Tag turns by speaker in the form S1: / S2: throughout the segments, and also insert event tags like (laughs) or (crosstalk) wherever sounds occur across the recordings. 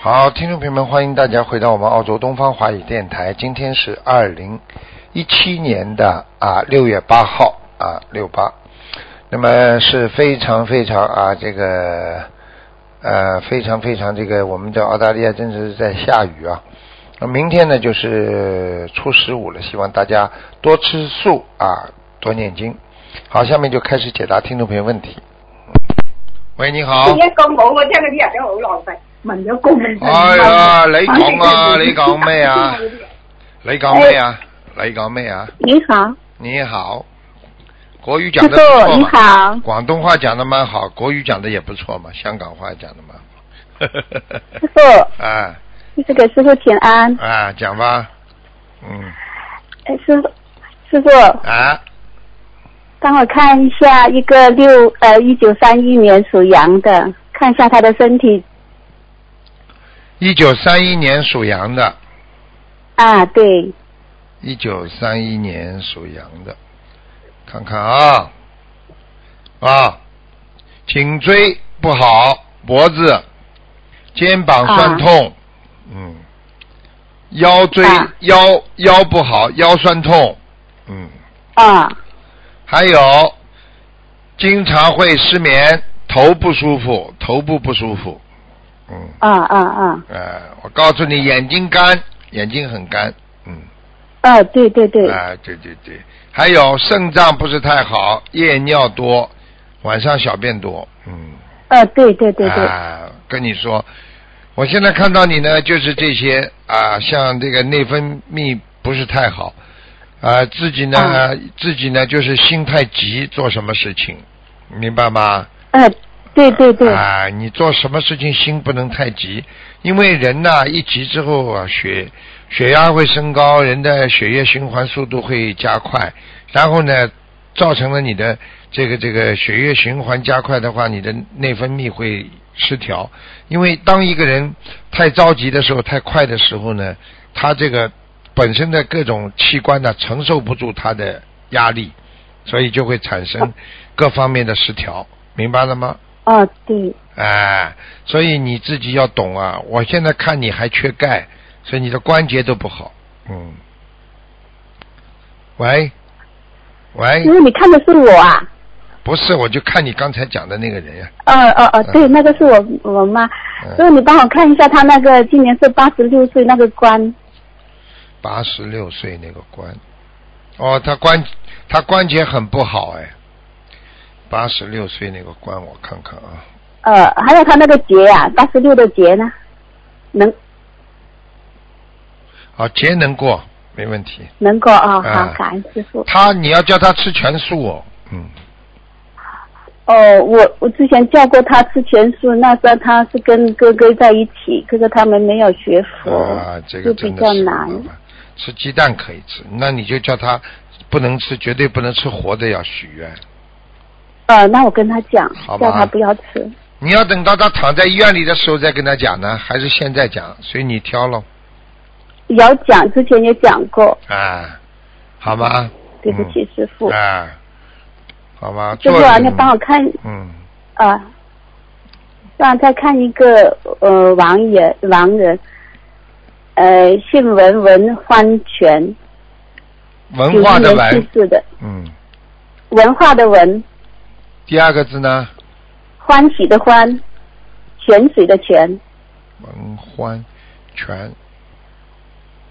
S1: 好，听众朋友们，欢迎大家回到我们澳洲东方华语电台。今天是二零一七年的啊六月八号啊六八，那么是非常非常啊这个呃非常非常这个我们的澳大利亚真是在下雨啊。那明天呢就是初十五了，希望大家多吃素啊，多念经。好，下面就开始解答听众朋友问题。喂，你好。
S2: 一咁好，我聽佢啲人都好浪費，問咗高明
S1: 哎呀，你講啊，你講咩啊？你講咩啊？你講咩啊？
S3: 你好，
S1: 你好，國語
S3: 师
S1: 講得不
S3: 傅
S1: 錯
S3: 你
S1: 嘛？
S3: 好，
S1: 廣東話講得蠻好，國語講得也不錯嘛，香港話講得蠻
S3: 师
S1: 好。 (laughs)
S3: 傅，
S1: 啊
S3: 弟子给师傅请安。
S1: 啊，講吧。嗯
S3: 哎，师傅，师傅，
S1: 啊，
S3: 帮我看一下一个六呃一九三一年属羊的，看一下他的身体
S1: 一九三一年屬羊的，
S3: 啊，对，
S1: 一九三一年属羊的，看看啊啊，颈椎不好，脖子、肩膀酸痛，嗯，腰椎、
S3: 啊
S1: 腰腰不好，腰酸痛，嗯，
S3: 啊
S1: 还有经常会失眠，头不舒服，头部不舒服，嗯，
S3: 啊啊啊，
S1: 呃，我告诉你，眼睛干，眼睛很干，嗯。
S3: 啊，对对对，
S1: 啊，对对对，还有肾脏不是太好，夜尿多，晚上小便多，嗯，
S3: 啊，对对对对，
S1: 啊，跟你说，我现在看到你呢，就是这些啊，像这个内分泌不是太好，啊，自己呢、
S3: 哦
S1: 自己呢就是心太急，做什么事情，明白吗？
S3: 呃，对对对，
S1: 啊，你做什么事情心不能太急，因为人呐、一急之后啊，血血压会升高，人的血液循环速度会加快，然后呢，造成了你的这个这个血液循环加快的话，你的内分泌会失调。因为当一个人太着急的时候，太快的时候呢，他这个本身的各种器官呢、承受不住他的压力，所以就会产生各方面的失调，明白了吗？
S3: 啊，对，
S1: 哎，所以你自己要懂啊！我现在看你还缺钙，所以你的关节都不好。嗯。喂，喂
S3: 师，傅你看的是我啊，
S1: 不是，我就看你刚才讲的那个人呀、
S3: 呃呃呃，对，
S1: 嗯
S3: 那个是我我妈，
S1: 嗯
S3: 师傅你帮我看一下他那个今年是八十六岁那个官，
S1: 八十六岁那个关，哦，他关他关节很不好哎，八十六岁那个关，我看看啊，
S3: 呃，还有他那个结呀、啊，八十六的结呢，能
S1: 好节能过，没问题。
S3: 能够哦，好
S1: 啊，
S3: 感恩师傅。
S1: 他你要叫他吃全素哦，嗯，
S3: 哦，我我之前叫过他吃全素，那时候他是跟哥哥在一起，哥哥他们没有学佛，
S1: 啊，这个
S3: 就哦比
S1: 真的是
S3: 较
S1: 嗯没
S3: 难
S1: 办。法。吃鸡蛋可以吃，那你就叫他不能吃，绝对不能吃活的，要许愿。
S3: 呃，那我跟他讲
S1: 好，吧
S3: 叫他不要吃。
S1: 你要等到他躺在医院里的时候再跟他讲呢，还是现在讲？随你挑喽，
S3: 有讲，之前也讲过，
S1: 啊，好吗？
S3: 对不起，师傅
S1: 嗯、。啊，好吗？
S3: 师傅
S1: 做
S3: 啊，
S1: 人
S3: 你帮我看
S1: 嗯，
S3: 啊，让再看一个呃王人王人，呃姓文文欢泉，
S1: 文
S3: 九
S1: 化
S3: 一
S1: 的
S3: 年去
S1: 文，
S3: 世的，
S1: 嗯，
S3: 文化的文。
S1: 第二个字呢，
S3: 欢喜的欢，泉水的泉，
S1: 文欢泉，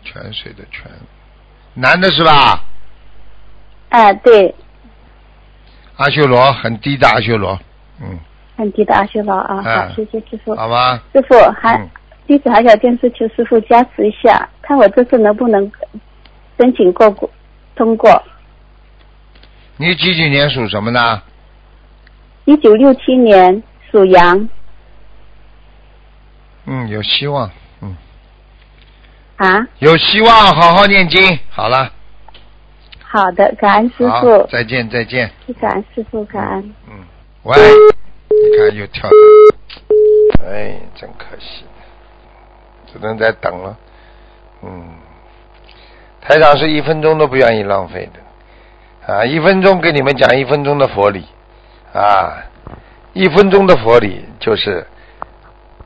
S1: 泉水的泉，男的是吧？
S3: 啊，对，
S1: 阿修罗很低的阿修罗，嗯，
S3: 很低的阿修罗啊，
S1: 啊
S3: 好，谢谢师傅，
S1: 好吗？
S3: 师傅还
S1: 嗯
S3: 弟子还想电视求师傅加持一下，看我这次能不能申请过过通过。
S1: 你几几年属什么呢？
S3: 一九六七年属羊
S1: 嗯，有希望，嗯，
S3: 啊，
S1: 有希望，好好念经。好了，
S3: 好的，感恩师
S1: 好，
S3: 傅，
S1: 再见，再见。
S3: 感恩师傅，感恩。
S1: 嗯，喂，你看又跳了，哎，真可惜，只能再等了。嗯，台长是一分钟都不愿意浪费的，啊，一分钟给你们讲一分钟的佛理，啊，一分钟的佛理就是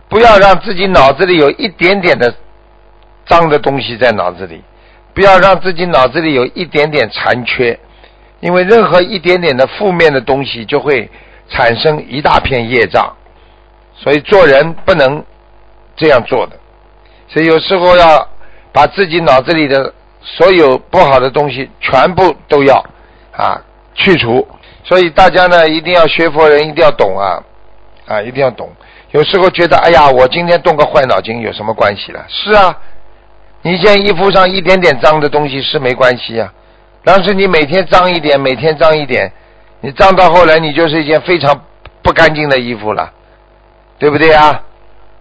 S1: 不要让自己脑子里有一点点的脏的东西在脑子里，不要让自己脑子里有一点点残缺，因为任何一点点的负面的东西就会产生一大片业障，所以做人不能这样做的。所以有时候要把自己脑子里的所有不好的东西全部都要啊去除。所以大家呢，一定要学佛人一定要懂啊啊，一定要懂。有时候觉得，哎呀，我今天动个坏脑筋有什么关系了？是啊，你一件衣服上一点点脏的东西是没关系啊，但是你每天脏一点，每天脏一点，你脏到后来你就是一件非常不干净的衣服了，对不对啊？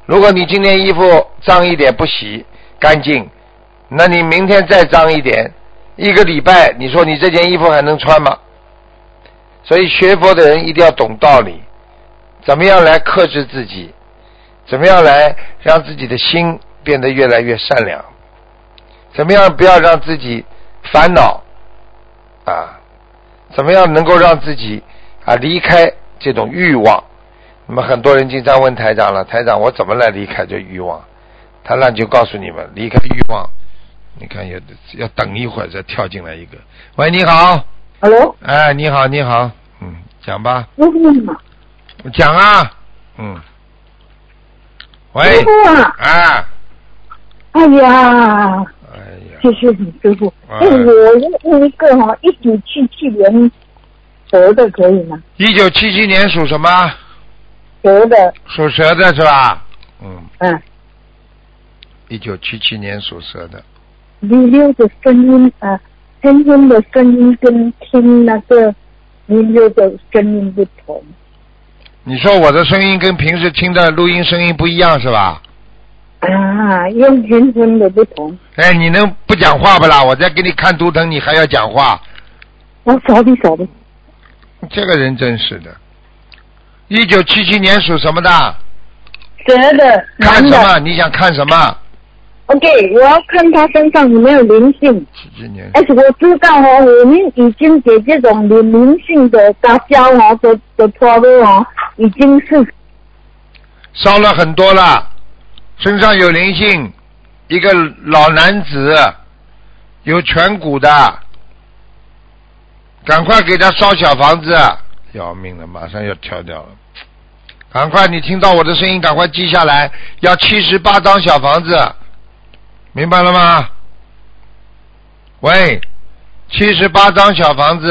S1: 如果你今天衣服脏一点不洗干净，那你明天再脏一点，一个礼拜，你说你这件衣服还能穿吗？所以学佛的人一定要懂道理，怎么样来克制自己，怎么样来让自己的心变得越来越善良，怎么样不要让自己烦恼啊，怎么样能够让自己啊离开这种欲望。那么很多人经常问台长了，台长我怎么来离开这欲望？他那就告诉你们，离开欲望，你看有要等一会儿再跳进来一个。喂，你好，
S4: Hello，
S1: 哎，你好，你好，嗯，讲吧，
S4: 师傅啊，
S1: 讲啊，嗯，喂
S4: 师，傅啊，
S1: 哎，
S4: 哎呀，
S1: 哎
S4: 谢
S1: 呀，
S4: 谢你师傅。
S1: 哎
S4: 哎，我问一个哈、一九七七年蛇的可以吗？
S1: 一九七七年属什么？
S4: 蛇的，
S1: 属蛇的是吧？嗯，
S4: 嗯，
S1: 一九七七年属蛇的，
S4: 溜溜的声音啊，天天的声音跟听那个溜溜的声音不同。
S1: 你说我的声音跟平时听的录音声音不一样是吧？
S4: 啊，用天生的不同。
S1: 哎，你能不讲话不啦？我在给你看图腾，你还要讲话，
S4: 我扫地扫地，
S1: 这个人真是的。一九七七年属什么的？
S4: 蛇的
S1: 看
S4: 男
S1: 什
S4: 的。
S1: 么？你想看什么？
S4: OK，我要看他身上有没有灵性。
S1: 七七年
S4: 而且我哎知道哦，我们已经给这种有灵性的杂交哦的的脱位哦，已经是
S1: 烧了很多了，身上有灵性，一个老男子，有颧骨的，赶快给他烧小房子，要命了，马上要跳掉了。赶快，你听到我的声音，赶快记下来，要七十八张小房子，明白了吗？喂，七十八张小房子，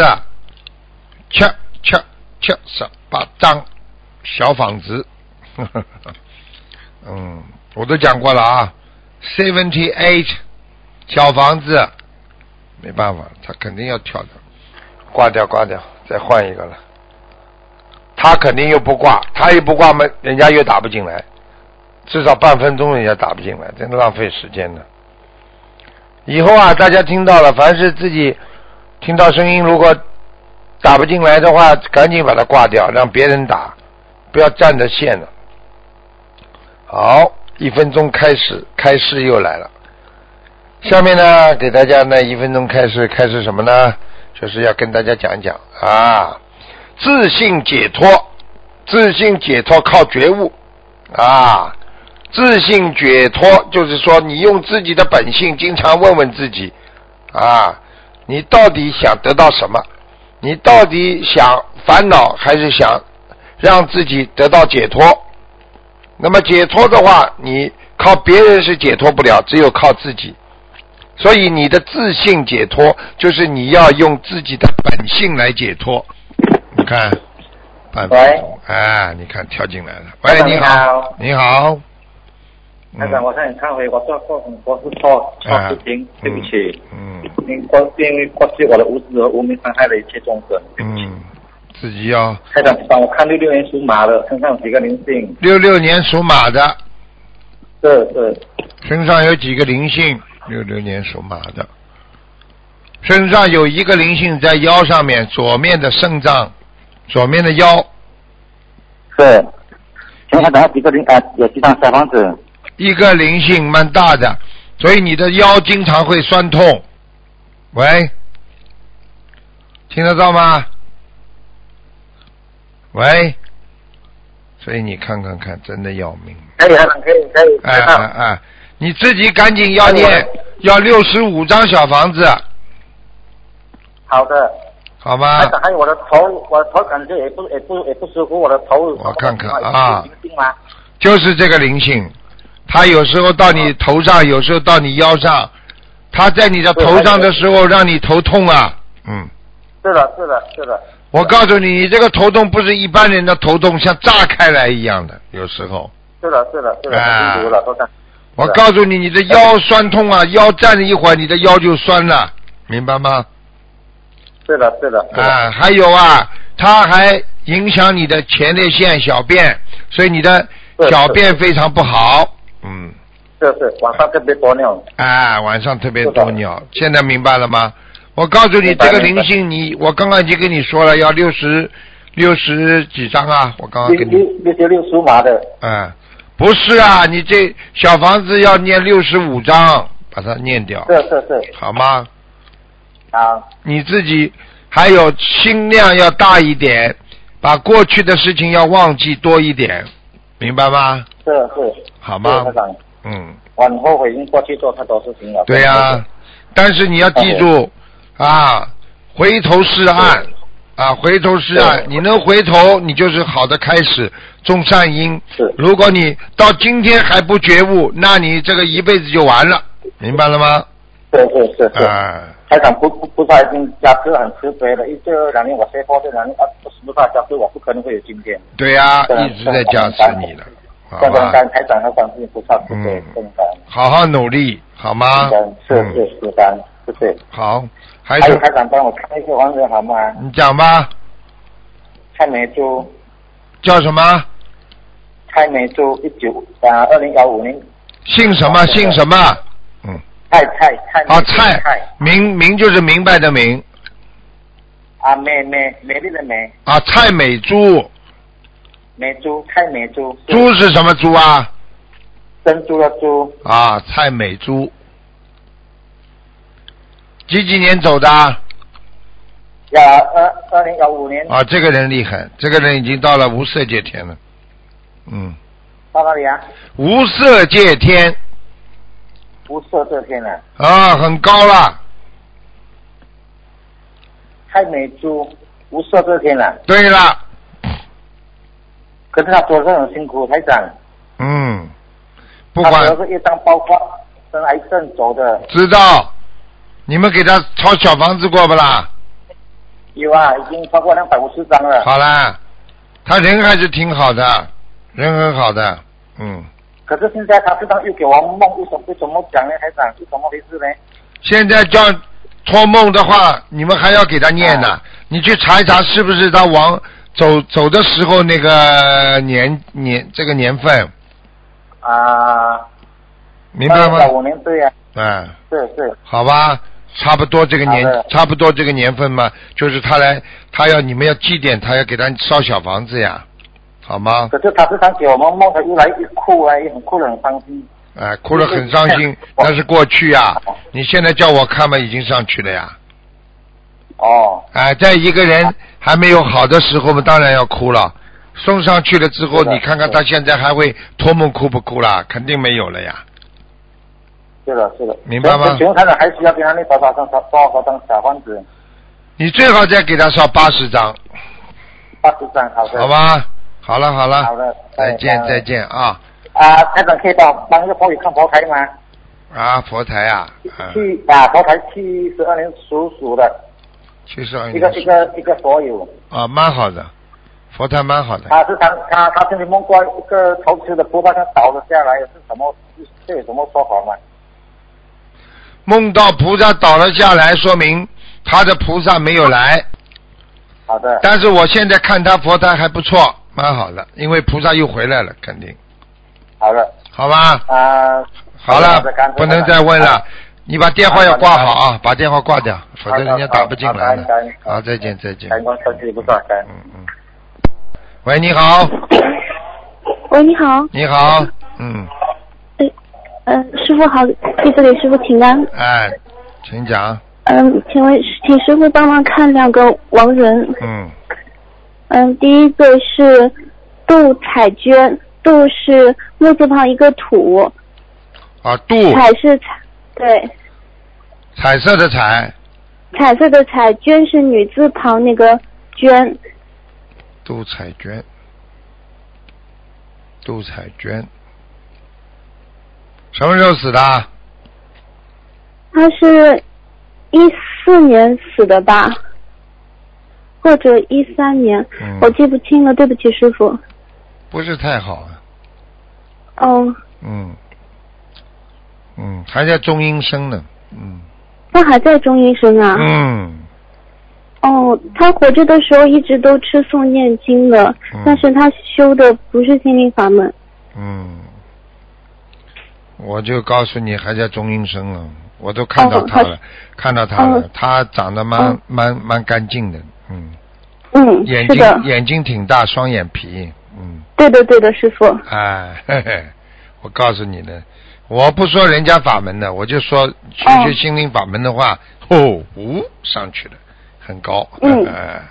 S1: 七七七十八张小房子。 (laughs) 嗯，我都讲过了啊，seventy eight 小房子，没办法，他肯定要跳的，挂掉挂掉，再换一个了。他肯定又不挂，他一不挂嘛，人家又打不进来，至少半分钟人家打不进来，真的浪费时间呢。以后啊，大家听到了，凡是自己听到声音，如果打不进来的话，赶紧把它挂掉，让别人打。不要站着线了。好，一分钟开始，开始又来了。下面呢，给大家呢一分钟开始，开始什么呢？就是要跟大家讲一讲啊，自信解脱，自信解脱靠觉悟啊，自信解脱就是说你用自己的本性，经常问问自己啊，你到底想得到什么？你到底想烦恼还是想让自己得到解脱。那么解脱的话，你靠别人是解脱不了，只有靠自己。所以你的自信解脱，就是你要用自己的本性来解脱。你看，半分钟，哎，你看跳进来了。喂，
S5: 你
S1: 哎你好，嗯你好，
S5: 台长，我向你忏悔，我做过很多是错错事情，对不起。
S1: 哎嗯
S5: 因为过因为过去我的无知和无名伤害了一切众生，对不起。
S1: 嗯，自己要
S5: 台长，帮我看六六年属马的，身上有几个灵性？
S1: 六六年属马的，
S5: 是是，
S1: 身上有几个灵性？六六年属马的，身上有一个灵性在腰上面，左面的肾脏，左面的腰，
S6: 是，请问他等下几个零啊？有几张小房子？
S1: 一个灵性蛮大的，所以你的腰经常会酸痛。喂，听得到吗？喂，所以你看看看，真的要命。
S6: 可以，台长可以可以，
S1: 哎
S6: 台
S1: 哎
S6: 长
S1: 哎，你自己赶紧要念
S6: 啊哎，
S1: 要六十五张小房子，
S6: 好的。
S1: 好吗
S6: 台？长还有我的头，我的头感觉也不也不也不舒服，我的头。
S1: 我看看
S6: 有
S1: 啊
S6: 灵性吗？
S1: 就是这个灵性，它有时候到你头上，有时候到你腰上，它在你的头上的时候让你头痛啊，嗯。
S6: 是的，是的，是的。
S1: 我告诉你，你这个头痛不是一般人的头痛，像炸开来一样的，有时候。
S6: 是的，是的，是的，
S1: 啊
S6: 很辛苦了，都是。
S1: 我告诉
S6: 啊
S1: 你，你的腰酸痛啊，腰站了一会儿，你的腰就酸了，明白吗？
S6: 是的，是的，是的，
S1: 啊，还有啊，它还影响你的前列腺小便，所以你的
S6: 对
S1: 小便非常不好。嗯，
S6: 是是，晚上特别多尿。
S1: 啊，晚上特别
S6: 是的
S1: 多尿，现在明白了吗？我告诉你，
S6: 明白
S1: 这个
S6: 明
S1: 灵
S6: 白
S1: 性你，我刚刚已经跟你说了，要六十六十几张啊，我刚刚
S6: 六
S1: 跟你
S6: 六六十六属马的，
S1: 嗯，不是啊，你这小房子要念六十五章，把它念掉
S6: 是，是是，
S1: 好吗？
S6: 啊，
S1: 你自己还有心量要大一点，把过去的事情要忘记多一点，明白吗？
S6: 是是。
S1: 好
S6: 是
S1: 吗
S6: 台？长，
S1: 嗯，
S6: 我很后悔，因为过去做太多事情了。
S1: 对呀、但是你要记住啊，回头是岸。啊，回头是岸，
S6: 对
S1: 你能回头，你就是好的开始，种善因。
S6: 是
S1: 如果你到今天还不觉悟，那你这个一辈子就完了，明白了吗？
S6: 是是是是，
S1: 啊，
S6: 台长不不不太经加科很吃亏的，一这两年我学佛这两年啊，不是不怕加科，我不可能会有今天。
S1: 对呀、
S6: 对
S1: 一直在加持你的，好
S6: 刚
S1: 吧
S6: 刚？刚台长和观世音菩萨慈悲
S1: 嗯，
S6: 正感
S1: 好好努力，好吗
S6: 恩，正？是
S1: 嗯，
S6: 是是感恩，谢谢。
S1: 好，嗯还
S6: 还有
S1: 有
S6: 台长帮我看一个王人好吗？
S1: 你讲吧，
S6: 蔡美珠，
S1: 叫什么？
S6: 蔡美珠一九啊二零幺五年，
S1: 姓什么？
S6: 对
S1: 姓什么？嗯，
S6: 蔡蔡蔡美
S1: 啊，
S6: 珠
S1: 蔡
S6: 蔡
S1: 明明就是明白的明
S6: 啊美美美丽的美
S1: 啊，蔡美珠，
S6: 美珠蔡美珠是
S1: 珠是什么珠啊？
S6: 珍珠的珠
S1: 啊，蔡美珠，几几年走的啊？
S6: 呀二二零幺五年
S1: 啊，这个人厉害，这个人已经到了无色界天了，嗯，
S6: 到哪里啊？
S1: 无色界天。
S6: 不设这天啊，
S1: 啊，很高了。
S6: 蔡美珠不设这天了、
S1: 对了，
S6: 可是他做得很辛苦，台长，
S1: 嗯，不
S6: 他
S1: 管
S6: 主要是一张包括生癌症走的，
S1: 知道，你们给他抄小房子过不啦？
S6: 有啊，已经超过两百五十张了。
S1: 好啦，他人还是挺好的，人很好的，嗯。
S6: 可是现在他这张又给我梦，为什么为什么讲呢？台长是怎么回事呢？
S1: 现在叫托梦的话，你们还要给他念呢。你去查一查，是不是他往走走的时候那个年年这个年份，
S6: 啊，
S1: 明白吗
S6: 二？五年对呀、
S1: 嗯。
S6: 是是
S1: 好吧，差不多这个
S6: 好
S1: 年
S6: 的，
S1: 差不多这个年份嘛，就是他来，他要你们要祭奠，他要给他烧小房子呀，好吗？
S6: 可是他这张给我们梦，他又来一哭啊，也很哭得很伤心。
S1: 哎，哭得很伤心
S6: 嗯，
S1: 那是过去呀。你现在叫我看嘛，已经上去了呀。
S6: 哦，
S1: 哎，在一个人还没有好的时候嘛，当然要哭了。送上去了之后，
S6: 是的
S1: 你看看
S6: 是
S1: 他
S6: 的
S1: 现在还会托梦哭不哭啦？肯定没有了呀。
S6: 是的，是的，
S1: 明白吗
S6: 请问台长还需要给他那多少张小多少张小房子？
S1: 你最好再给他烧八十张，
S6: 八十张，好的。
S1: 好吧？好了好
S6: 好
S1: 了
S6: 的，哎
S1: 再见
S6: 拜拜
S1: 再见啊
S6: 啊，台长可以帮我帮一个朋友看佛台吗？
S1: 啊！佛台啊，嗯。
S6: 去啊，佛台七十二年属鼠的，
S1: 去上
S6: 一个一个一个所有。
S1: 啊，蛮好的，佛台蛮好的。
S6: 啊，是他他他曾经梦过一个投资的菩萨，他倒了下来，是什么？是这有什么说法吗？
S1: 梦到菩萨倒了下来，说明他的菩萨没有来。
S6: 好的，
S1: 但是我现在看他佛台还不错，蛮好的，因为菩萨又回来了，肯定，
S6: 好的，
S1: 好吧？
S6: 啊，
S1: 好
S6: 好
S1: 了
S6: 的好的感，恩
S1: 不能再问
S6: 好
S1: 了
S6: 的，
S1: 你把电话要挂好啊，把电话挂掉，否则人家打不进来了
S6: 好的好的。好的
S1: 好，再见再见。
S6: 感恩感恩不错感恩
S1: 嗯嗯。喂，你好，
S3: 喂，你好，
S1: 你好，嗯，
S3: 哎，呃，师傅好，弟子给师傅请安。
S1: 哎，请讲，
S3: 嗯，请问，请师傅帮忙看两个亡人。
S1: 嗯，
S3: 嗯，第一个是杜彩娟，杜是木字旁一个土，
S1: 啊，杜
S3: 彩是彩，对，
S1: 彩色的彩，
S3: 彩色的彩，娟是女字旁那个娟，
S1: 杜彩娟，杜彩娟，什么时候死的啊？
S3: 她是一四年死的吧，或者一三年，
S1: 嗯
S3: 我记不清了，对不起师傅。
S1: 不是太好啊，
S3: 哦，
S1: 嗯，嗯，还在中阴身呢，嗯
S3: 她还在中医生啊。
S1: 嗯，
S3: 哦，他活着的时候一直都吃素念经的，
S1: 嗯
S3: 但是他修的不是心灵法门。
S1: 嗯，我就告诉你，还在中阴身了，我都看到
S3: 哦
S1: 他了，看到他了
S3: 哦，
S1: 他长得蛮、
S3: 哦
S1: 蛮蛮干净的，嗯，
S3: 嗯，
S1: 眼
S3: 是
S1: 睛
S3: 的，
S1: 眼睛挺大，双眼皮，嗯，
S3: 对的，对的，师傅。
S1: (laughs) 哎，嘿嘿，我告诉你呢，我不说人家法门的，我就说学
S3: 哦
S1: 学心灵法门的话，哦，呜、上去了，很高， (laughs)
S3: 嗯
S1: 哎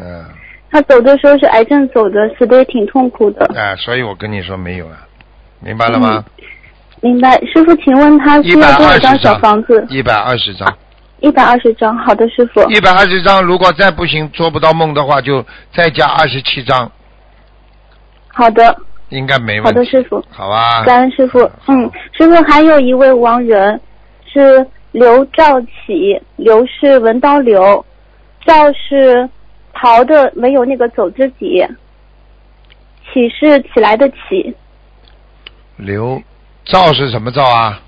S1: 嗯，
S3: 他走的时候是癌症走的，死的也挺痛苦的。
S1: 哎，所以我跟你说没有啊，明白了吗？
S3: 嗯明白，师傅，请问他
S1: 一
S3: 需
S1: 百
S3: 要多
S1: 二
S3: 少
S1: 十
S3: 张小房子？
S1: 一百二十张。
S3: 一百二十张。好的，师傅。
S1: 一百二十张，如果再不行做不到梦的话，就再加二十七张，
S3: 好的，
S1: 应该没
S3: 好
S1: 问
S3: 的，
S1: 题，啊
S3: 师傅。
S1: 好吧？
S3: 感恩师傅
S1: 好。
S3: 嗯，师傅还有一位亡人是刘兆启，刘是文刀刘，兆是逃的没有那个走之己，起是起来的起，
S1: 刘赵是什么赵啊？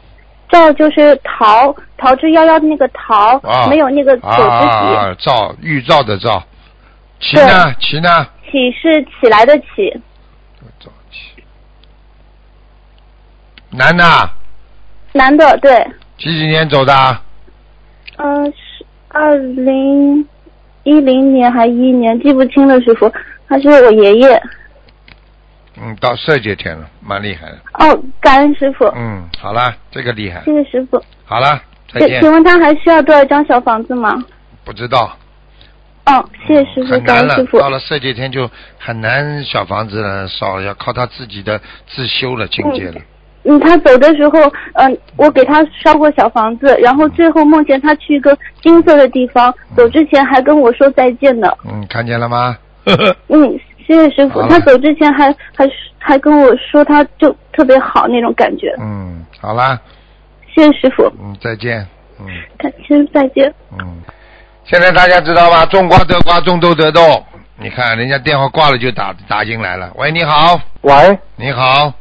S3: 兆就是逃逃之夭夭的那个逃，
S1: 啊，
S3: 没有那个走
S1: 啊
S3: 之己，
S1: 啊啊赵预兆的赵，齐呢？齐呢？
S3: 起是起来的起，
S1: 赵齐，男的啊，
S3: 男的对，
S1: 几几年走的啊？
S3: 嗯、是二零一零年还一年记不清了，师傅，他是我爷爷。
S1: 嗯，到色界天了，蛮厉害的。
S3: 哦，感恩师傅。
S1: 嗯，好了，这个厉害。
S3: 谢谢师傅。
S1: 好了，再
S3: 请
S1: 见
S3: 请。问他还需要多少张小房子吗？
S1: 不知道。嗯
S3: 哦，谢谢师傅，
S1: 很
S3: 感
S1: 难
S3: 恩
S1: 了
S3: 师，傅。
S1: 到了色界天就很难小房子了，少要靠他自己的自修了境界了。
S3: 嗯，他走的时候，嗯、我给他烧过小房子，然后最后梦见他去一个金色的地方，走之前还跟我说再见呢。
S1: 嗯，看见了
S3: (laughs)
S1: 吗？
S3: 嗯，谢谢师傅
S1: 好。了
S3: 他走之前还还还跟我说他就特别好那种感觉。
S1: 嗯，好啦，
S3: 谢谢师傅，
S1: 嗯，再见。嗯
S3: 感谢师傅再见。
S1: 嗯，现在大家知道吧？种瓜得瓜，种豆得豆。你看人家电话挂了就打打进来了。喂，你好，
S7: 喂，
S1: 你好，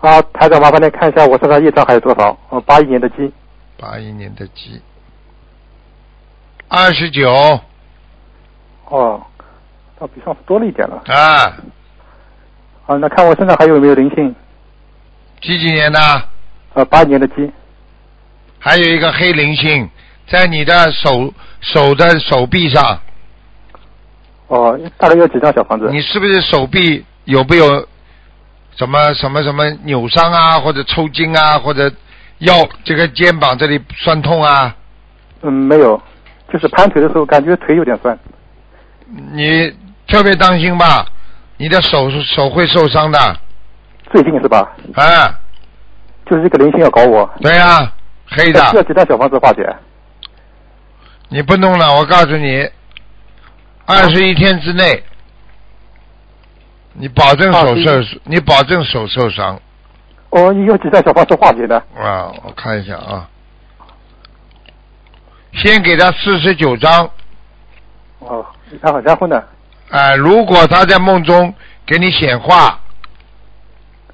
S7: 啊，台长，麻烦您看一下我身上业障还有多少？呃，八一年的鸡，
S1: 八一年的鸡，二十九
S7: 哦，啊，比上次多了一点了。
S1: 啊，
S7: 啊，那看我身上还有没有灵性？
S1: 几几年的？
S7: 呃，八一年的鸡，
S1: 还有一个黑灵性在你的手手的手臂上。
S7: 哦，大概要几张小房子？
S1: 你是不是手臂有没有什么什么什么扭伤啊，或者抽筋啊，或者腰这个肩膀这里酸痛啊？
S7: 嗯，没有，就是盘腿的时候感觉腿有点酸。
S1: 你特别当心吧，你的手手会受伤的
S7: 最近是吧？
S1: 啊！
S7: 就是这个灵性要搞我。
S1: 对呀、黑
S7: 需要
S1: 的，
S7: 几张小房子化解？
S1: 你不弄了，我告诉你，二十一天之内，你保证手受，你保证手受伤
S7: 哦，你有几张小房子化解呢？
S1: 啊！我看一下啊，先给他四十九张。
S7: 哦，然后然后呢？
S1: 啊，如果他在梦中给你显化，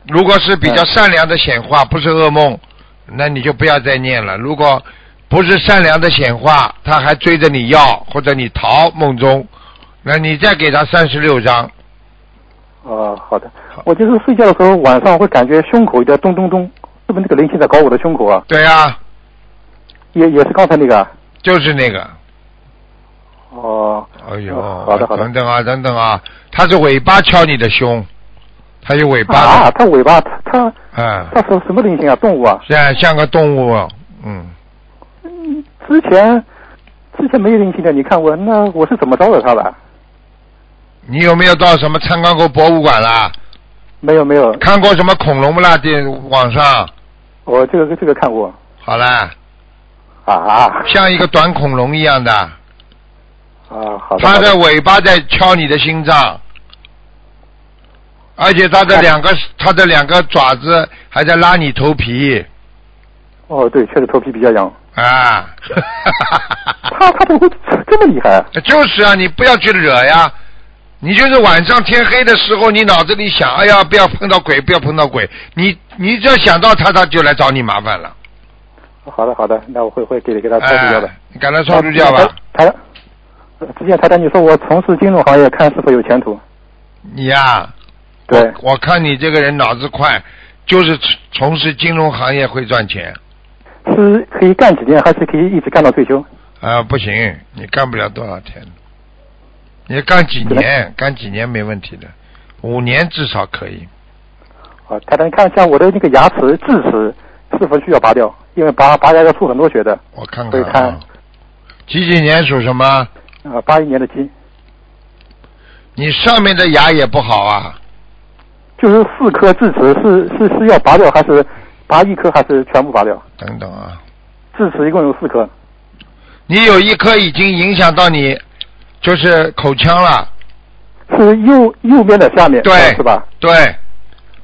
S1: 如果是比较
S7: 嗯
S1: 善良的显化，不是噩梦，那你就不要再念了。如果不是善良的显化，他还追着你要，或者你逃梦中，那你再给他三十六张。
S7: 哦，好的。我就是睡觉的时候晚上会感觉胸口有点咚咚咚，是不是那个灵性在搞我的胸口啊？
S1: 对啊，
S7: 也也是刚才那个啊。
S1: 就是那个。
S7: 哦，
S1: 哎呦，
S7: 好的好的
S1: 等等啊，等等啊，他是尾巴敲你的胸，他有尾巴
S7: 啊，
S1: 的，
S7: 它尾巴，它它
S1: 啊，
S7: 它什什么灵性啊？动物啊？
S1: 像像个动物，嗯。
S7: 嗯，之前之前没有灵性的，你看我那我是怎么招惹它的？
S1: 你有没有到什么参观过博物馆啊啦？
S7: 没有没有，
S1: 看过什么恐龙不啦？电网上
S7: 我这个这个看过
S1: 好啦，
S7: 啊
S1: 像一个短恐龙一样的，
S7: 啊好的，
S1: 它
S7: 好
S1: 的
S7: 的
S1: 尾巴在敲你的心脏，而且它的两个它的两个爪子还在拉你头皮
S7: 哦对，确实头皮比较
S1: (laughs)
S7: 痒，
S1: 啊！
S7: 他他怎么会这么厉害？
S1: 就是啊，你不要去惹呀。你就是晚上天黑的时候，你脑子里想，哎呀，不要碰到鬼，不要碰到鬼。你你只要想到它，它就来找你麻烦了。
S7: 好的好的，那我会会给给他
S1: 哎，
S7: 超度掉的。哎
S1: 你赶快超度掉吧。
S7: 台。台呃之前台长你说我从事金融行业，看是否有前途？
S1: 你呀、
S7: 对，
S1: 我看你这个人脑子快，就是从从事金融行业会赚钱。
S7: 是可以干几年，还是可以一直干到退休？
S1: 啊，不行，你干不了多少天，你干几年，干几年没问题的，五年至少可以。
S7: 啊，台长，你看一下我的那个牙齿、智齿是否需要拔掉？因为拔拔牙要出很多血的。
S1: 我看
S7: 所
S1: 看
S7: 以看
S1: 啊，几几年属什么？
S7: 啊，八一年的鸡，
S1: 你上面的牙也不好啊，
S7: 就是四颗智齿是是是要拔掉，还是拔一颗，还是全部拔掉？
S1: 等等啊，
S7: 智齿一共有四颗。
S1: 你有一颗已经影响到你，就是口腔了，
S7: 是右右边的下面，
S1: 对
S7: 是吧？
S1: 对，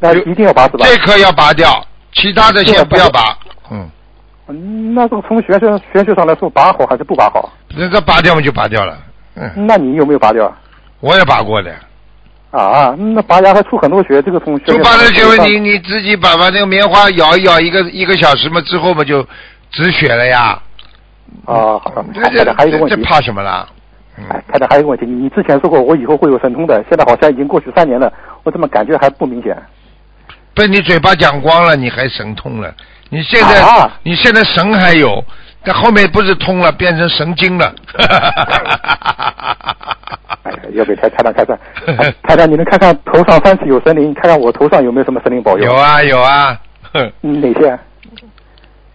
S7: 那
S1: 有
S7: 一定要拔是吧？
S1: 这颗要拔掉，其他的先不要拔，嗯，
S7: 嗯那这个从玄学玄学上来说，拔好还是不拔好？
S1: 那这拔掉嘛就拔掉了，嗯，
S7: 那你有没有拔掉啊？
S1: 我也拔过的。
S7: 啊，那拔牙还出很多血，这个从玄
S1: 就
S7: 学
S1: 把
S7: 上
S1: 那
S7: 来
S1: 就
S7: 说
S1: 是你你自己把把那个棉花咬一咬，一个一个小时嘛，之后嘛就止血了呀。
S7: 啊，好的。
S1: 这
S7: 台
S1: 这
S7: 长还有一个
S1: 这
S7: 问
S1: 这
S7: 题，
S1: 怕什么啦？
S7: 哎台长还有一个问题，你之前说过我以后会有神通的，现在好像已经过去三年了，我怎么感觉还不明显？
S1: 被你嘴巴讲光了，你还神通了？你现在、
S7: 啊
S1: 你现在神还有，但后面不是通了，变成神经了。
S7: (laughs) 哎，要给台台长开
S1: (laughs)
S7: 算。哎台长，你能看看头上三尺有神灵，看看我头上有没有什么神灵保佑？
S1: 有啊有啊，哼
S7: 嗯，哪些？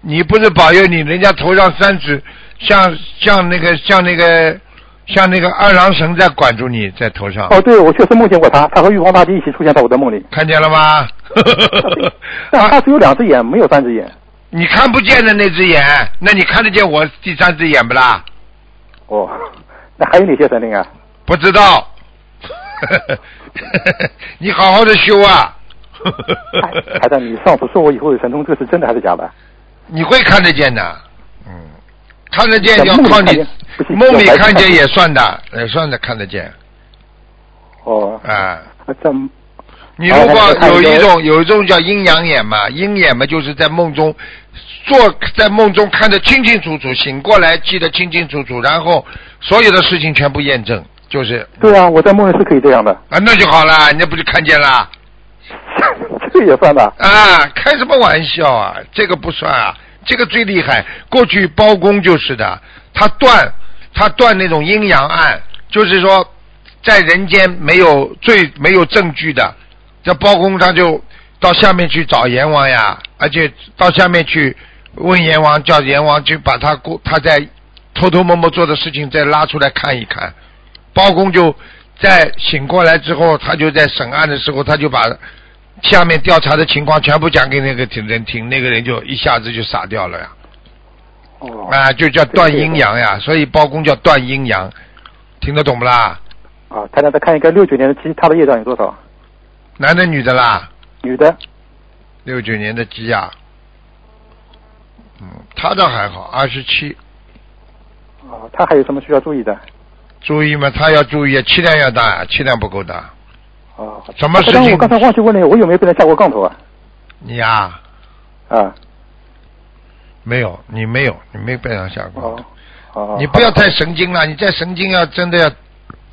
S1: 你不是保佑你，人家头上三尺，像像那个像那个像那个二郎神在管住你在头上。
S7: 哦，对，我确实梦见过他，他和玉皇大帝一起出现在我的梦
S1: (laughs)
S7: 里。
S1: 看见了
S7: (laughs)
S1: 吗？啊
S7: 但他只有两只眼，没有三只眼。
S1: 你看不见的那只眼，那你看得见我第三只眼不啦？
S7: 哦，那还有哪些神灵啊？
S1: 不知道。 (laughs) 你好好的修啊！ (laughs)
S7: 哎台长，你上次说我以后有神通，这个是真的还是假的？
S1: 你会看得见的，嗯，看得见
S7: 在
S1: 要
S7: 梦里
S1: 靠
S7: 看
S1: 你
S7: 见不是
S1: 梦里
S7: 有白
S1: 看见
S7: 看
S1: 也算的，也算的看得见
S7: 哦，
S1: 啊。
S7: 啊这
S1: 你
S7: 好
S1: 如果
S7: 那就看
S1: 有
S7: 一个
S1: 一种有一种叫阴阳眼嘛，阴眼嘛就是在梦中做，在梦中看得清清楚楚，醒过来记得清清楚楚，然后所有的事情全部验证，就是
S7: 对啊，我在梦里是可以这样的， (laughs)
S1: 啊，那就好了，那不就看见了
S7: 这个也算吧？
S1: 啊？开什么玩笑啊？这个不算啊，这个最厉害。过去包公就是的，他断他断那种阴阳案，就是说在人间没有罪没有证据的，这包公他就到下面去找阎王呀，而且到下面去问阎王，叫阎王去把他过他在偷偷摸摸做的事情再拉出来看一看。包公就在醒过来之后，他就在审案的时候，他就把下面调查的情况全部讲给那个人听，那个人就一下子就傻掉了呀，
S7: 哦，
S1: 啊，就叫断阴阳呀，所以包公叫断阴阳，听得懂不啦？
S7: 啊，台长再看一个六九年的鸡，他的业障有多少？
S1: 男的女的啦？
S7: 女的，
S1: 六九年的鸡啊，嗯，他倒还好，二十七，
S7: 啊，他还有什么需要注意的？
S1: 注意嘛，他要注意，气量要大，气量不够大。
S7: 啊，
S1: 什么事
S7: 台长，
S1: 情
S7: 我刚才忘记问了，我有没有被人下过杠头啊？
S1: 你呀、
S7: 啊，
S1: 没有，你没有，你没被人下过
S7: 哦，。哦，
S1: 你不要太神经了，你再神经要真的要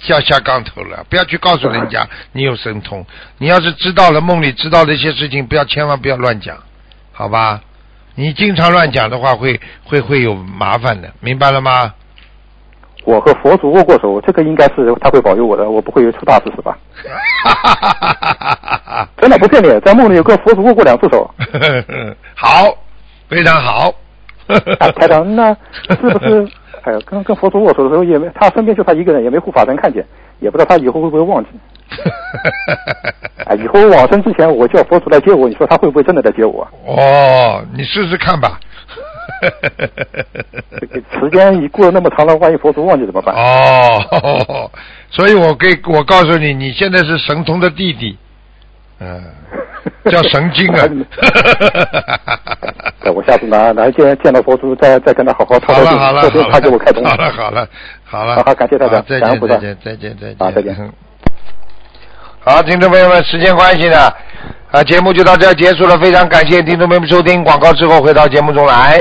S1: 要下杠头了，不要去告诉人家你有神通。你要是知道了梦里知道的一些事情，不要千万不要乱讲，好吧？你经常乱讲的话，会会会有麻烦的，明白了吗？ (laughs)
S7: 我和佛祖握过手，这个应该是他会保佑我的，我不会出大事是吧？真的不骗你，在梦里有个佛祖握过两只手。
S1: (laughs) 好，非常好。
S7: 啊，台
S1: (laughs)
S7: 长，那是不是？哎呀，跟跟佛祖握手的时候也没，他身边就他一个人，也没护法神看见，也不知道他以后会不会忘记。啊，以后往生之前我叫佛祖来接我，你说他会不会真的来接我？啊
S1: 哦，你试试看
S7: (laughs)
S1: 吧。
S7: 这个时间已过了那么长了，万一佛祖忘记怎么办？
S1: 哦，所以我给我告诉你，你现在是神童的弟弟，嗯，
S7: (laughs)
S1: 叫神经啊。
S7: 哎，我下次拿拿见见到佛祖，再再跟他好好
S1: 好
S7: 讨
S1: 了
S7: 论，
S1: 好了
S7: 说不定
S1: 好
S7: 他
S1: 了，
S7: 给我开通。
S1: 好了好了好了，
S7: 好好感谢大家
S1: 再
S7: 感
S1: 见
S7: 恩菩
S1: 再
S7: 萨
S1: 见再见再见
S7: 好再见
S1: 嗯好，听众朋友们，时间关系呢，啊，节目就到这儿结束了。非常感谢听众朋友们收听，广告之后回到节目中来。